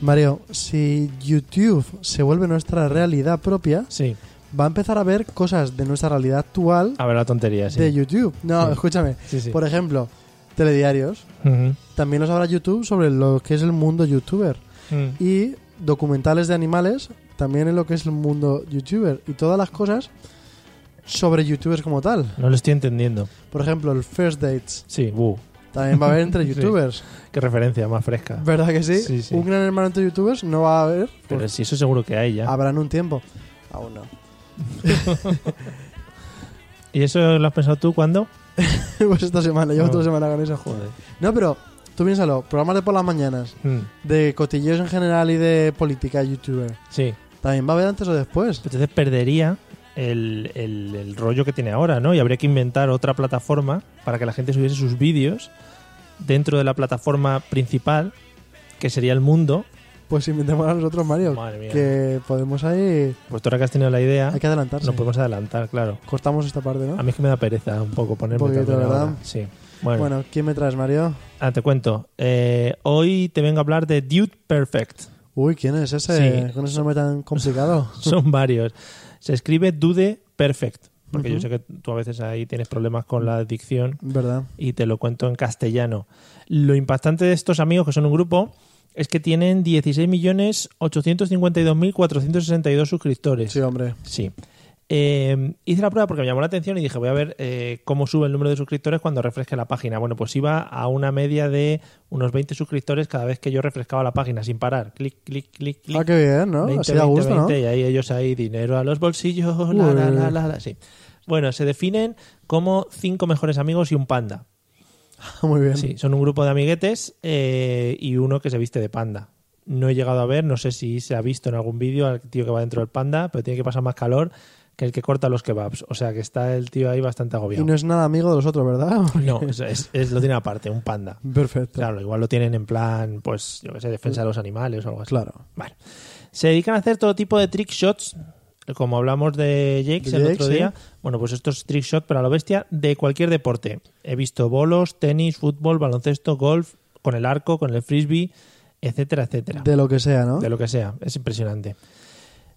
Mario, si YouTube se vuelve nuestra realidad propia, Sí. va a empezar a ver cosas de nuestra realidad actual A ver la tontería, Ah, sí. de YouTube. No, Sí. escúchame. Sí, sí. Por ejemplo, telediarios. Ujú. También los habrá YouTube sobre lo que es el mundo youtuber. Mm. Y documentales de animales también en lo que es el mundo youtuber. Y todas las cosas sobre youtubers como tal. No lo estoy entendiendo. Por ejemplo, el First Dates Sí, buh. también va a haber entre Sí. youtubers. Qué referencia más fresca. ¿Verdad que sí? Sí, sí. Un gran hermano entre youtubers no va a haber. Pero sí, eso seguro que hay ya. Habrán un tiempo. Aún no. ¿Y eso lo has pensado tú cuándo? pues esta semana, llevo No. otra semana con eso. No, pero tú piénsalo, programas de por las mañanas, Mm. de cotilleos en general y de política youtuber. Sí. También va a haber antes o después. Entonces perdería el, el- el rollo que tiene ahora, ¿no? Y habría que inventar otra plataforma para que la gente subiese sus vídeos dentro de la plataforma principal, que sería el mundo. Pues inventemos a nosotros, Mario, Madre mía. que podemos ahí... Pues tú ahora que has tenido la idea, Hay que adelantarse. nos podemos adelantar, claro. Cortamos esta parte, ¿no? A mí es que me da pereza un poco ponerme Un poquito, también ahora. ¿verdad? Sí. Bueno. Bueno, ¿quién me traes, Mario? ah, te cuento. Eh, hoy te vengo a hablar de Dude Perfect. Uy, ¿quién es ese? Sí. Con ese nombre tan complicado. Son varios. Se escribe Dude Perfect. Porque yo Ujú. sé que tú a veces ahí tienes problemas con la adicción ¿Verdad? y te lo cuento en castellano. Lo impactante de estos amigos, que son un grupo, es que tienen 16.852.462 suscriptores. Sí, hombre. Sí. Eh, hice la prueba porque me llamó la atención y dije, voy a ver eh, cómo sube el número de suscriptores cuando refresque la página. Bueno, pues iba a una media de unos 20 suscriptores cada vez que yo refrescaba la página sin parar. Clic, clic, clic, clic. Ah, qué bien, ¿no? 20, Así da 20, gusto, ¿no? 20, Y ahí ellos ahí, dinero a los bolsillos, la, la, Uy. la, la, la, sí. Bueno, se definen como cinco mejores amigos y un panda. Muy bien. Sí, son un grupo de amiguetes eh, y uno que se viste de panda. No he llegado a ver, no sé si se ha visto en algún vídeo al tío que va dentro del panda, pero tiene que pasar más calor que el que corta los kebabs. O sea que está el tío ahí Y bastante agobiado. no es nada amigo de los otros, ¿verdad? No, es- es- es- lo tiene aparte, un panda. Perfecto. Claro, igual lo tienen en plan, pues, yo qué sé, defensa de los animales o algo así. Claro. Vale. Se dedican a hacer todo tipo de trick shots, como hablamos de Jakes De el Jakes, otro sí. día. Bueno, pues estos trick shots para lo bestia de cualquier deporte. He visto bolos, tenis, fútbol, baloncesto, golf, con el arco, con el frisbee, etcétera, etcétera. De lo que sea, ¿no? De lo que sea. Es impresionante.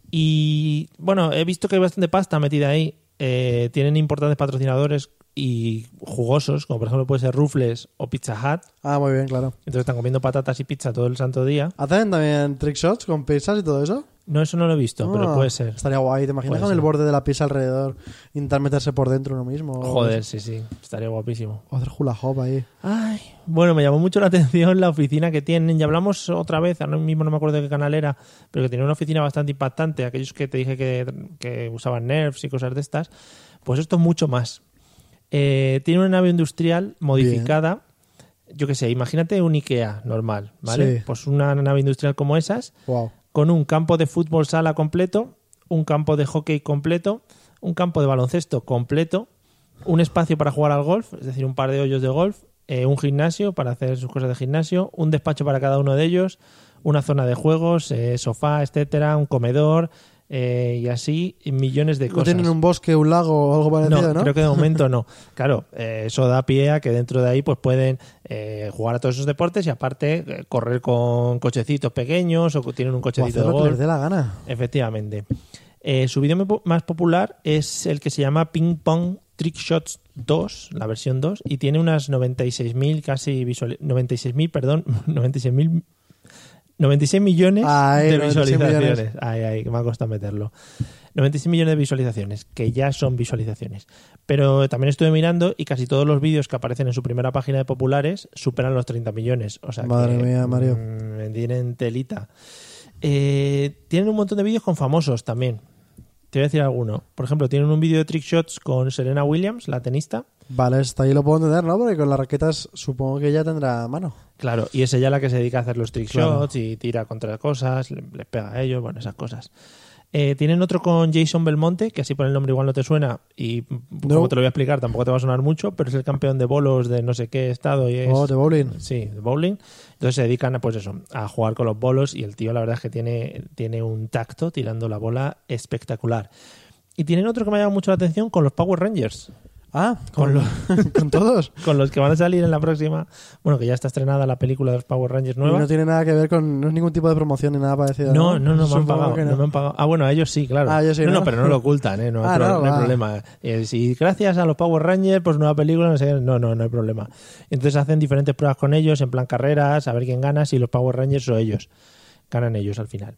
Y bueno, he visto que hay bastante pasta metida ahí. Eh, tienen importantes patrocinadores y jugosos, como por ejemplo puede ser Rufles o Pizza Hut. Ah, muy bien, claro. Entonces están comiendo patatas y pizza todo el santo día. ¿Hacen también trick shots con pizzas y todo eso? No, eso no lo he visto, pero Ah, puede ser. Estaría guay, ¿te imaginas Puede con el ser. borde de la pizza alrededor? Intentar meterse por dentro uno mismo. o- Joder, sí, sí, estaría guapísimo. O hacer hula hop ahí. Ay, bueno, me llamó mucho la atención la oficina que tienen. Ya hablamos otra vez, ahora mismo no me acuerdo de qué canal era, pero que tenía una oficina bastante impactante. Aquellos que te dije que, que usaban nerfs y cosas de estas, pues esto es mucho más. Eh, tiene una nave industrial modificada. Yo qué sé, imagínate un IKEA normal, ¿vale? Sí. Pues una nave industrial como esas, Wow. con un campo de fútbol sala completo, un campo de hockey completo, un campo de baloncesto completo, un espacio para jugar al golf, es decir, un par de hoyos de golf, eh, un gimnasio para hacer sus cosas de gimnasio, un despacho para cada uno de ellos, una zona de juegos, eh, sofá, etcétera, un comedor eh, y así millones de ¿No cosas. tienen un bosque, un lago o algo parecido, no? creo que de momento no. Claro, eh, eso da pie a que dentro de ahí pues pueden eh, jugar a todos esos deportes y aparte eh, correr con cochecitos pequeños o que tienen un O cochecito hacer de lo que golf. les dé la gana. Efectivamente. Eh, su vídeo me- más popular es el que se llama Ping Pong Trick Shots 2, la versión 2, y tiene unas 96.000 casi visual 96.000, perdón, 96.000 96 millones Ay, de 96 millones. visualizaciones. Ay, ay, que me ha costado meterlo. 96 millones de visualizaciones, que ya son visualizaciones. Pero también estuve mirando y casi todos los vídeos que aparecen en su primera página de populares superan los 30 millones. O sea Madre que, mía, Mario. mm, tienen telita. Eh, tienen un montón de vídeos con famosos también. Te voy a decir alguno. Por ejemplo, tienen un vídeo de trick shots con Serena Williams, la tenista. Vale, hasta ahí lo puedo entender, ¿no? Porque con las raquetas supongo que ya tendrá mano. Claro, y es ella la que se dedica a hacer los trick Claro. shots y tira contra cosas, le- les pega a ellos, bueno, esas cosas. Eh, tienen otro con Jason Belmonte, que así por el nombre igual no te suena y mm, No. como te lo voy a explicar tampoco te va a sonar mucho, pero es el campeón de bolos de no sé qué estado y es... Oh, de bowling. Sí, de bowling. Entonces se dedican a, pues eso, a jugar con los bolos y el tío la verdad es que tiene, tiene un tacto tirando la bola espectacular. Y tienen otro que me ha llamado mucho la atención con los Power Rangers, Ah, Con con, con todos. con los que van a salir en la próxima, bueno, que ya está estrenada la película de los Power Rangers Y nueva. no tiene nada que ver con. No es ningún tipo de promoción ni nada parecido. No, no, no, me han Supongo pagado, que no. no. me han pagado. Ah, bueno, a ellos sí, claro. Ah, ellos sí, no, ¿no? pero no lo ocultan, ¿eh? No, hay Ah, pro- no, no hay va. problema. Eh, si gracias a los Power Rangers, pues nueva película, no sé qué, no, no, no hay problema. Entonces hacen diferentes pruebas con ellos, en plan carreras, a ver quién gana, si los Power Rangers o ellos. Ganan ellos al final.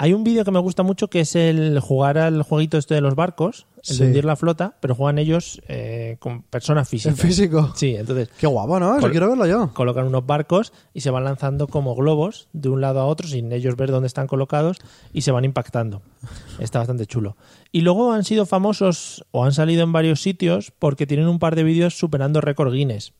Hay un vídeo que me gusta mucho que es el jugar al jueguito este de los barcos, el Sí. de hundir la flota, pero juegan ellos eh, con personas El físicas. físico. Sí, entonces Qué guapo, ¿no? Eso Con- quiero verlo yo. colocan unos barcos y se van lanzando como globos de un lado a otro sin ellos ver dónde están colocados y se van impactando. Está bastante chulo. Y luego han sido famosos o han salido en varios sitios porque tienen un par de vídeos superando récord Guinness.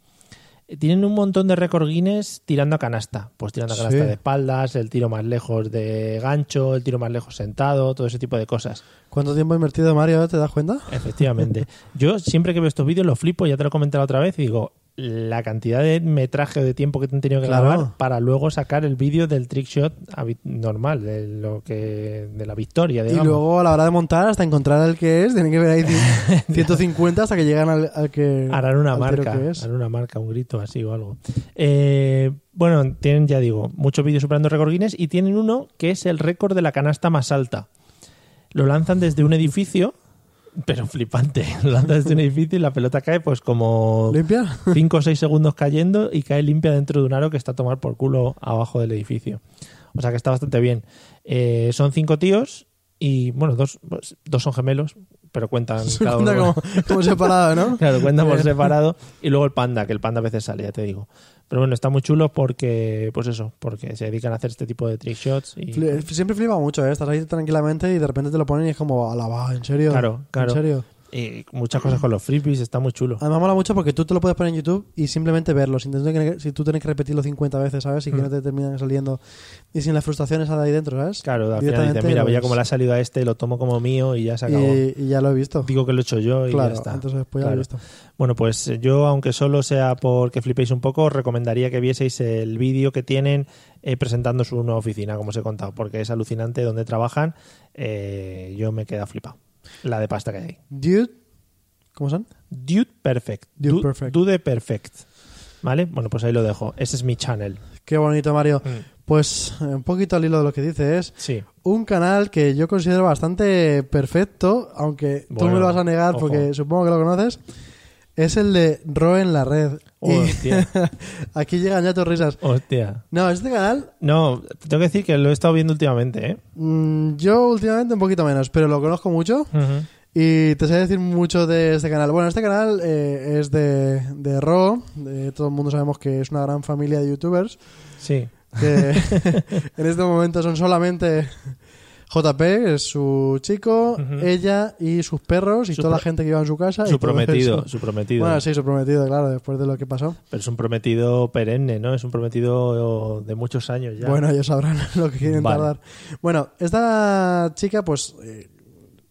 Eh, Tienen un montón de récord Guinness tirando a canasta. Pues tirando a canasta Sí. de espaldas, el tiro más lejos de gancho, el tiro más lejos sentado, todo ese tipo de cosas. ¿Cuánto tiempo ha invertido Mario? ¿Te das cuenta? Efectivamente. Yo siempre que veo estos vídeos los flipo, ya te lo he comentado otra vez, y digo, la cantidad de metraje o de tiempo que te han tenido que Claro. grabar para luego sacar el vídeo del trick shot habi- normal, de lo que de la victoria, digamos. Y luego a la hora de montar, hasta encontrar el que es, tienen que ver ahí cien- 150 hasta que llegan al, al que. harán una al tiro marca, que es. harán una marca, un grito así o algo. Eh, bueno, tienen, ya digo, muchos vídeos superando récord Guinness y tienen uno que es el récord de la canasta más alta. Lo lanzan desde un edificio, pero flipante. Lo lanzan desde un edificio y la pelota cae pues como ¿Limpia? 5 o 6 segundos cayendo y cae limpia dentro de un aro que está a tomar por culo abajo del edificio. O sea que está bastante bien. Eh, son cinco tíos y, bueno, dos, pues, dos son gemelos, pero cuentan Se cada cuenta uno. como, como separado, ¿no? Claro, cuentan por Bien. separado. Y luego el panda, que el panda a veces sale, ya te digo. Pero bueno, está muy chulo porque, pues eso, porque se dedican a hacer este tipo de trick shots. Y, Fli- Siempre flipa mucho, ¿eh? Estás ahí tranquilamente y de repente te lo ponen y es como, alabado, ¿en serio? Claro, claro. ¿En serio? y muchas cosas con los freebies, está muy chulo. Además mola mucho porque tú te lo puedes poner en YouTube y simplemente verlo. Sin tener que- si tú tienes que repetirlo 50 veces, ¿sabes? Y que Mm. no te terminan saliendo. Y sin las frustraciones de ahí dentro, ¿sabes? Claro, al final Directamente dices, mira, lo ya ves. como le ha salido a este, lo tomo como mío y ya se acabó. y, y ya lo he visto. Digo que lo he hecho yo y claro, ya está. entonces después ya lo Claro. he visto. Bueno, pues eh, yo, aunque solo sea porque flipéis un poco, os recomendaría que vieseis el vídeo que tienen eh, presentando su nueva oficina, como os he contado, porque es alucinante donde trabajan. Eh, yo me queda flipado. La de pasta que hay. ahí. Dude, ¿cómo son? Dude Perfect. Dude Du- Perfect. Dude Perfect. ¿Vale? Bueno, pues ahí lo dejo. Ese es mi channel. Qué bonito, Mario. Pues eh, un poquito al hilo de lo que dices, Sí. un canal que yo considero bastante perfecto, aunque tú Bueno, me lo vas a negar ojo. porque supongo que lo conoces, es el de Ro en la red. Y Hostia. aquí llegan ya tus risas. Hostia. No, este canal No, tengo que decir que lo he estado viendo últimamente, ¿eh? mm, yo últimamente un poquito menos, pero lo conozco mucho Ujú. y te sé decir mucho de este canal. Bueno, este canal eh, es de, de Ro, de- todo el mundo sabemos que es una gran familia de youtubers. Sí. que en este momento son solamente JP, es su chico, Ujú. ella y sus perros y Su toda la pro- gente que iba en su casa. y Su todo prometido, eso. su prometido. Bueno, sí, su prometido, claro, después de lo que pasó. Pero es un prometido perenne, ¿no? Es un prometido de muchos años ya. Bueno, ellos sabrán lo que quieren Vale. tardar. Bueno, esta chica pues eh,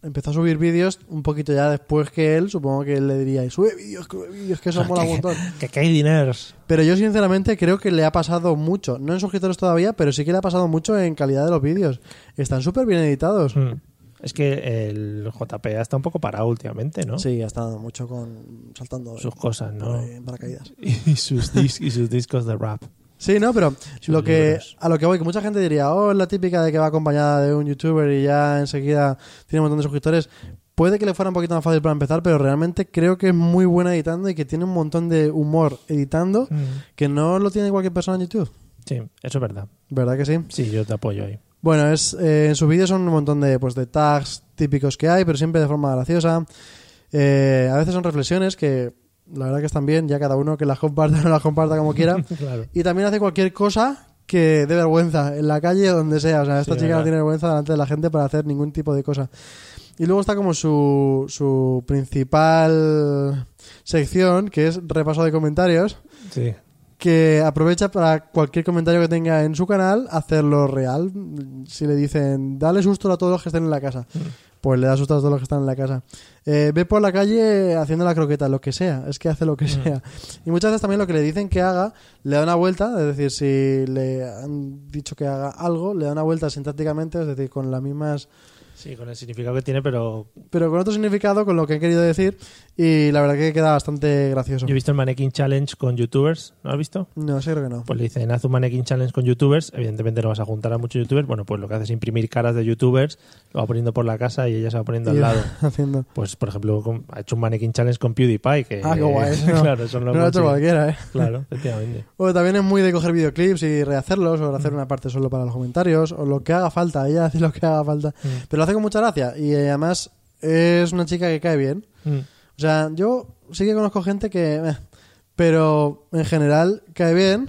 empezó a subir vídeos un poquito ya después que él, supongo que él le diría, "Y sube vídeos, sube vídeos, que eso mola un montón. que, que hay dineros. Pero yo sinceramente creo que le ha pasado mucho, no en suscriptores todavía, pero sí que le ha pasado mucho en calidad de los vídeos. Están súper bien editados. Hmm. Es que el JPA está un poco parado últimamente, ¿no? Sí, ha estado mucho con saltando Sus cosas, eh, ¿no? en paracaídas. Y sus, dis- y sus discos de rap. Sí, no, pero lo que, libros. a lo que voy, que mucha gente diría, oh, es la típica de que va acompañada de un youtuber y ya enseguida tiene un montón de suscriptores. Puede que le fuera un poquito más fácil para empezar, pero realmente creo que es muy buena editando y que tiene un montón de humor editando que no lo tiene cualquier persona en YouTube. Hmm. Sí, eso es verdad. ¿Verdad que sí? Sí, yo te apoyo ahí. Bueno, es, eh, en sus vídeos son un montón de, pues, de tags típicos que hay, pero siempre de forma graciosa. Eh, a veces son reflexiones que la verdad que están bien, ya cada uno que las comparta o no las comparta como quiera. claro. Y también hace cualquier cosa que dé vergüenza en la calle donde sea. O sea, esta Sí, chica verdad. no tiene vergüenza delante de la gente para hacer ningún tipo de cosa. Y luego está como su, su principal sección, que es repaso de comentarios, Sí. que aprovecha para cualquier comentario que tenga en su canal hacerlo real. Si le dicen, dale susto a todos los que estén en la casa, pues le da susto a todos los que están en la casa. Eh, ve por la calle haciendo la croqueta, lo que sea, es que hace lo que sea. Y muchas veces también lo que le dicen que haga, le da una vuelta, es decir, si le han dicho que haga algo, le da una vuelta sintácticamente, es decir, con las mismas Sí, con el significado que tiene, pero pero con otro significado, con lo que he querido decir, y la verdad que queda bastante gracioso. yo he visto el Mannequin Challenge con youtubers, ¿no has visto? No, sí creo que no. Pues le dicen, haz un Mannequin Challenge con youtubers, evidentemente no vas a juntar a muchos youtubers, bueno, pues lo que hace es imprimir caras de youtubers, lo va poniendo por la casa y ella se va poniendo al Y- lado. Haciendo. Pues, por ejemplo, con- ha hecho un Mannequin Challenge con PewDiePie, que... Ah, qué guay, eso no- claro, eso no No lo lo ha hecho consigue. cualquiera, ¿eh? Claro, efectivamente. O también es muy de coger videoclips y rehacerlos, o hacer una parte solo para los comentarios, o lo que haga falta. Ella hace lo que haga falta. Mm. Pero lo hace con mucha gracia, y eh, además es una chica que cae bien. Mm. O sea, yo sí que conozco gente que... eh, pero en general cae bien.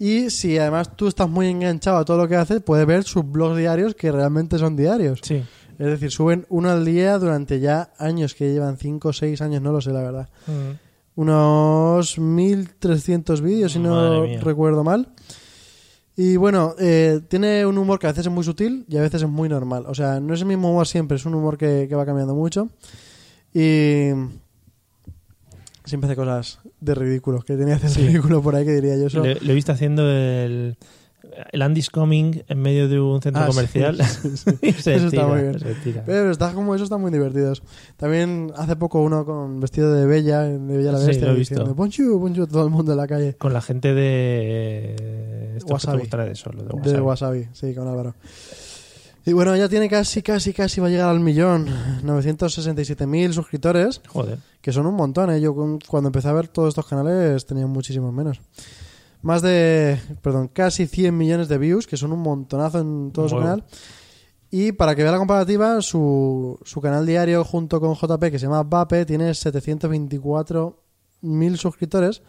Y si además tú estás muy enganchado a todo lo que hace, puedes ver sus blogs diarios que realmente son diarios. Sí. Es decir, suben uno al día durante ya años, que llevan 5 o 6 años, no lo sé, la verdad. Mm. Unos 1300 vídeos, si no Madre mía. recuerdo mal. Y bueno, eh, tiene un humor que a veces es muy sutil y a veces es muy normal. O sea, no es el mismo humor siempre, es un humor que, que va cambiando mucho. Y siempre hace cosas de ridículo, que tenía que hacer Sí. ridículo por ahí, que diría yo eso. Le- lo he visto haciendo el, el Andy's Coming en medio de un centro Ah, sí, comercial. sí, sí. Y se Eso está tira, muy bien. se tira. Pero está como eso, están muy divertidos. También hace poco uno con vestido de Bella, de Bella la Sí, Bestia, lo he visto. diciendo "Bonjour, bonjour", todo el mundo en la calle. Con la gente de... eh, esto que te Wasabi. gustará de eso, lo de De Wasabi. Wasabi, sí, con Álvaro. Y bueno, ya tiene casi, casi, casi va a llegar al millón. 967.000 suscriptores, Joder. que son un montón, ¿eh? Yo cu- cuando empecé a ver todos estos canales tenía muchísimos menos. Más de, perdón, casi 100 millones de views, que son un montonazo en todo su Wow. canal. Y para que vea la comparativa, su, su canal diario junto con JP, que se llama Vape, tiene 724.000 suscriptores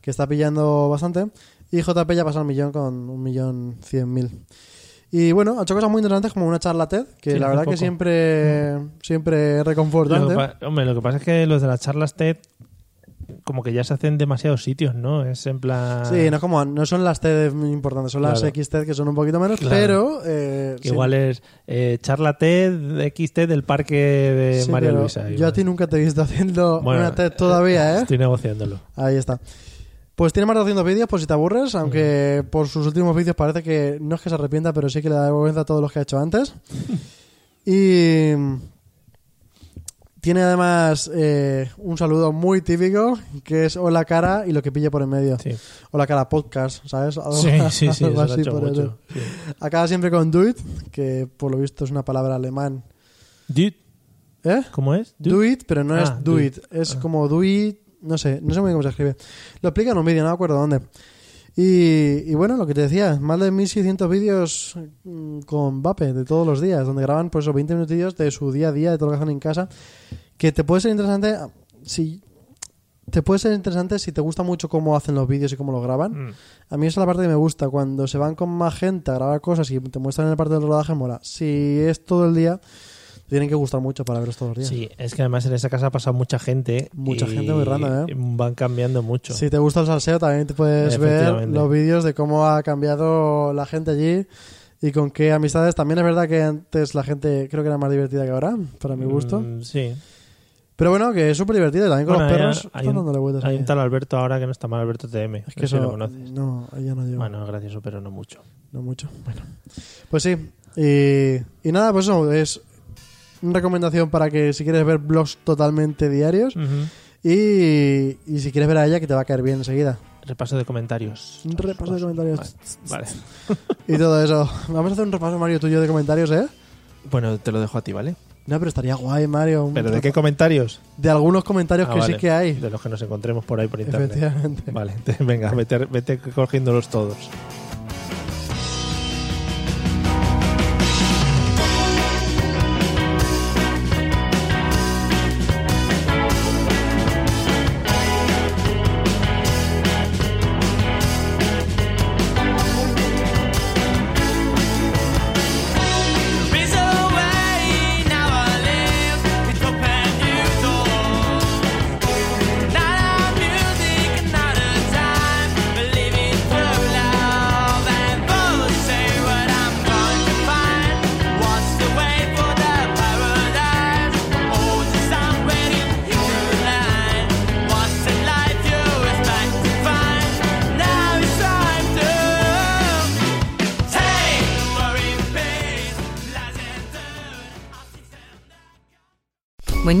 que está pillando bastante. Y JP ya pasa al millón con un millón cien mil. Y bueno, ha hecho cosas muy interesantes como una charla TED, que Sí, la hace verdad que poco. Mm. siempre, siempre es Lo que reconfortante. pa- hombre, lo que pasa es que los de las charlas TED como que ya se hacen en demasiados sitios, ¿no? Es en plan... Sí, no, es como, no son las TED importantes, son las Claro. XTED que son un poquito menos, Claro. pero... eh, que sí. Igual es eh, charla TED, XT del parque de Sí, María pero Luisa. Yo igual. a ti nunca te he visto haciendo Bueno, una TED todavía, ¿eh? Estoy negociándolo. Ahí está. Pues tiene más de 200 vídeos, por si te aburres, aunque por sus últimos vídeos parece que no es que se arrepienta, pero sí que le da vergüenza a todos los que ha hecho antes. Y tiene además eh, un saludo muy típico, que es hola cara y lo que pille por en medio. Sí, Hola cara podcast, ¿sabes? Algo- sí, sí, sí, eso algo lo ha Oh, así hecho por eso. mucho. Sí. Acaba siempre con do it, que por lo visto es una palabra alemán. Dude, ¿Eh? ¿Cómo es? Dude. Do it, pero no Ah, es do, do it. Es Ah. como do it, no sé, no sé muy bien cómo se escribe. Lo explica en un vídeo, no me acuerdo dónde. Y, y bueno, lo que te decía, más de 1600 vídeos mm, con Vape de todos los días, donde graban pues esos 20 minutillos de su día a día, de todo lo que hacen en casa, que te puede ser interesante ah, si te puede ser interesante si te gusta mucho cómo hacen los vídeos y cómo los graban. Mm. A mí esa es la parte que me gusta, cuando se van con más gente a grabar cosas y te muestran en la parte del rodaje mola. Si es todo el día, te tienen que gustar mucho para verlos todos los días. Sí, es que además en esa casa ha pasado mucha gente. Mucha y gente muy random, ¿eh? Van cambiando mucho. Si te gusta el salseo, también te puedes ver Efectivamente. los vídeos de cómo ha cambiado la gente allí y con qué amistades. También es verdad que antes la gente creo que era más divertida que ahora, para mi gusto. Mm, sí. Pero bueno, que es súper divertido y también con Bueno, los hay- perros. hay están un- dándole vueltas Hay ahí. un tal Alberto ahora que no está mal, Alberto TM. Es No que sé si eso lo conoces. No, ahí ya no llego. Bueno, es gracioso, pero no mucho. No mucho. Bueno. Pues sí. Y, y nada, pues eso es una recomendación para que si quieres ver blogs totalmente diarios y, y si quieres ver a ella que te va a caer bien enseguida. Repaso de comentarios. Un repaso de comentarios. Vale. Y todo eso. Vamos a hacer un repaso, Mario, tuyo de comentarios, ¿eh? Bueno, te lo dejo a ti, ¿vale? No, pero estaría guay, Mario. un- ¿Pero de qué comentarios? De algunos comentarios Ah, que vale. sí que hay. De los que nos encontremos por ahí por internet. Efectivamente. Vale, te- venga, vete, vete cogiéndolos todos. When